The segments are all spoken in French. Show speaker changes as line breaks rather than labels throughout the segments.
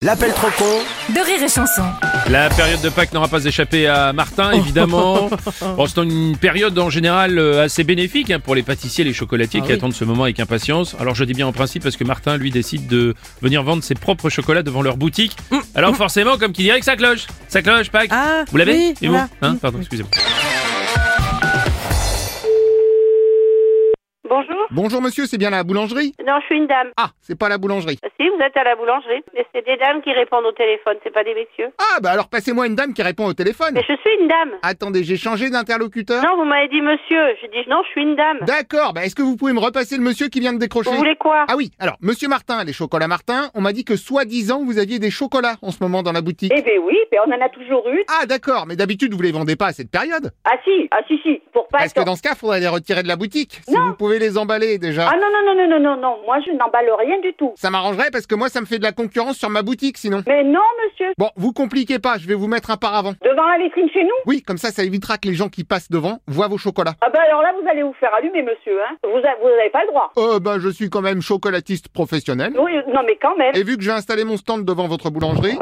L'appel trop con
de rire et chanson.
La période de Pâques n'aura pas échappé à Martin, évidemment. Bon, c'est une période en général euh, assez bénéfique hein, pour les pâtissiers et les
Ah
chocolatiers qui attendent ce moment avec impatience. Alors je dis bien en principe parce que Martin, lui, décide de venir vendre ses propres chocolats devant leur boutique. Alors forcément, comme qui dirait que ça cloche. Ça cloche, Pâques.
Mm. Ah,
Vous l'avez
oui,
Et vous
voilà.
Hein
Mm.
Pardon, excusez-moi.
Bonjour.
Bonjour monsieur, c'est bien la boulangerie
Non, je suis une dame.
Ah, c'est pas la boulangerie.
Si, vous êtes à la boulangerie. Mais c'est des dames qui répondent au téléphone, c'est pas des messieurs.
Ah bah alors passez-moi une dame qui répond au téléphone.
Mais je suis une dame.
Attendez, j'ai changé d'interlocuteur.
Non, vous m'avez dit monsieur. J'ai dit non, je suis une dame.
D'accord, bah est-ce que vous pouvez me repasser le monsieur qui vient de décrocher
Vous voulez quoi
Ah oui, alors monsieur Martin, les chocolats Martin, on m'a dit que soi-disant vous aviez des chocolats en ce moment dans la boutique.
Eh ben oui, ben on en a toujours eu.
Ah d'accord, mais d'habitude vous les vendez pas à cette période.
Ah si, ah si, si, pour pas
Parce que
être-
dans ce cas, faudrait les retirer de la boutique. Si vous pouvez les emballer déjà.
Ah non, non, non, non, non, non, non, moi je n'emballe rien du tout.
Ça m'arrangerait parce que moi ça me fait de la concurrence sur ma boutique sinon.
Mais non, monsieur,
Bon, vous compliquez pas, je vais vous mettre un paravent.
devant la vitrine chez nous
Oui, comme ça, ça évitera que les gens qui passent devant voient vos chocolats.
Ah ben alors là, vous allez vous faire allumer, monsieur, hein. Vous n'avez pas le droit.
Euh, ben, je suis quand même chocolatiste professionnel.
Oui, non, mais quand même.
Et vu que j'ai installé mon stand devant votre boulangerie.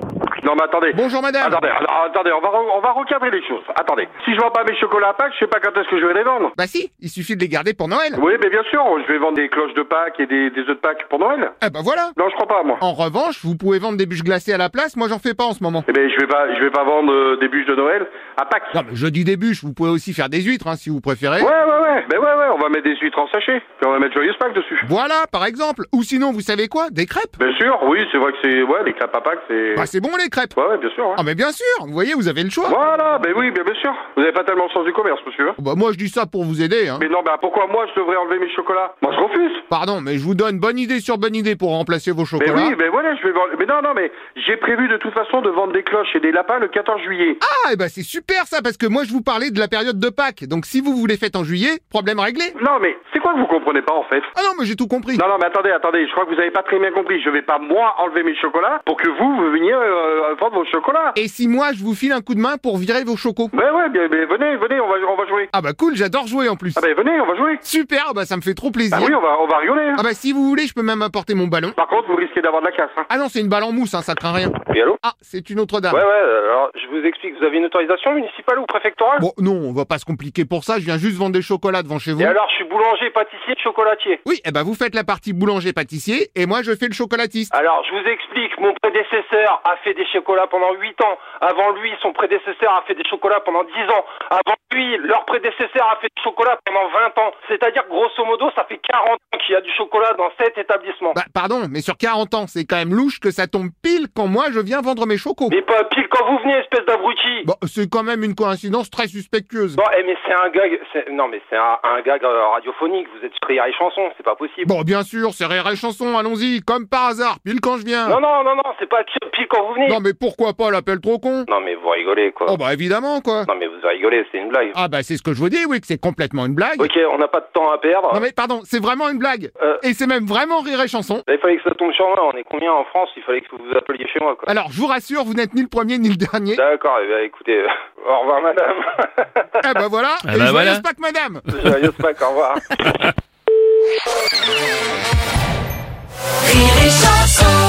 Non mais attendez.
Bonjour madame.
Attendez, alors, attendez, on va, re- on va recadrer les choses. Attendez. Si je vends pas mes chocolats à Pâques, je sais pas quand est-ce que je vais les vendre.
Bah si, il suffit de les garder pour Noël.
Oui, mais bien sûr, je vais vendre des cloches de Pâques et des, des œufs de Pâques pour Noël.
Eh ben voilà.
Non, je crois pas, moi.
En revanche, vous pouvez vendre des bûches glacées à la place, moi j'en fais pas en ce moment.
Eh ben, je vais pas, je vais pas vendre euh, des bûches de Noël à Pâques.
Non mais je dis des bûches, vous pouvez aussi faire des huîtres hein, si vous préférez.
Ouais, ouais, ouais. Ben ouais, ouais, on va mettre des huîtres en sachet. Puis on va mettre Joyeuse Pâques dessus.
Voilà, par exemple. Ou sinon, vous savez quoi Des crêpes
Bien sûr, oui, c'est vrai que c'est... Ouais, les crêpes à Pâques, c'est...
Bah c'est bon les crêpes.
Ouais, ouais, bien sûr. hein.
Ah mais bien sûr, vous voyez, vous avez le choix.
Voilà, ben oui, bien, bien sûr. Vous avez pas tellement le sens du commerce, monsieur. hein.
Bah moi je dis ça pour vous aider. Hein.
Mais non, ben pourquoi moi je devrais enlever mes chocolats Moi, je refuse.
Pardon, mais je vous donne bonne idée sur bonne idée pour remplacer vos
Mais
chocolats.
oui, mais voilà, je vais vendre. Mais non, non, mais j'ai prévu de toute façon de vendre des cloches et des lapins le 14 juillet.
Ah, et bah c'est super ça, parce que moi je vous parlais de la période de Pâques. Donc si vous voulez fête en juillet, problème réglé.
Non, mais c'est quoi que vous comprenez pas en fait
Ah non, mais j'ai tout compris.
Non, non, mais attendez, attendez, je crois que vous avez pas très bien compris. Je vais pas moi enlever mes chocolats pour que vous, vous veniez euh, vendre vos chocolats.
Et si moi je vous file un coup de main pour virer vos chocos
Ben ouais, bien, ben venez, venez, on va, on va jouer.
Ah bah cool, j'adore jouer en plus.
Ah ben venez, on va jouer.
Super, bah ça me fait trop plaisir.
Ah oui, on va, on va rigoler. hein.
Ah bah si vous voulez, je peux même apporter mon ballon.
Par contre, vous risquez d'avoir de la casse. Hein.
Ah non, c'est une balle en mousse, hein, ça craint rien.
Oui, allô
Ah, c'est une autre dame.
Ouais, ouais, alors je vous explique, vous avez une autorisation municipale ou préfectorale
Bon, non, on va pas se compliquer pour ça, je viens juste vendre des chocolats devant chez vous.
Et alors, je suis boulanger, pâtissier, chocolatier.
Oui, eh bah vous faites la partie boulanger-pâtissier, et moi je fais le chocolatiste.
Alors, je vous explique, mon prédécesseur a fait des chocolats pendant 8 ans. Avant lui, son prédécesseur a fait des chocolats pendant 10 ans. Avant lui, leur prédécesseur a fait des chocolats pendant 20 ans. C'est-à-dire, grosso modo, ça fait 40 ans qu'il y a du chocolat dans cet établissement.
Bah pardon, mais sur 40 ans, c'est quand même louche que ça tombe pile quand moi je viens vendre mes chocos.
Mais pas pile quand vous venez, espèce d'abruti
Bon, c'est quand même une coïncidence très suspectueuse.
Bon, eh, mais c'est un gag, c'est- non mais c'est un, un gag euh, radiophonique, vous êtes sur Rire et chanson, c'est pas possible.
Bon, bien sûr, c'est rire et chanson, allons-y, comme par hasard, pile quand je viens.
Non, non, non, non, c'est pas pile pile quand vous venez.
Non, mais pourquoi pas l'appel trop con
Non mais vous rigolez quoi.
Oh bah évidemment, quoi.
Non mais vous rigolez, c'est une blague.
Ah bah c'est ce que je vous dis, oui, que c'est complètement une blague.
Ok, on n'a pas de temps à perdre.
Non mais pardon, c'est vraiment une blague.
Euh.
Et c'est même vraiment rire et chanson.
Bah, Il fallait que ça tombe sur moi, on est combien en France Il fallait que vous vous appeliez chez moi quoi.
Alors, je vous rassure, vous n'êtes ni le premier ni le dernier.
D'accord, eh bien, écoutez, euh, au revoir madame.
Eh bah voilà,
Ah
et
bah
je
voilà.
pas que madame.
Joyeux Pâques, au revoir.
Rire et chanson.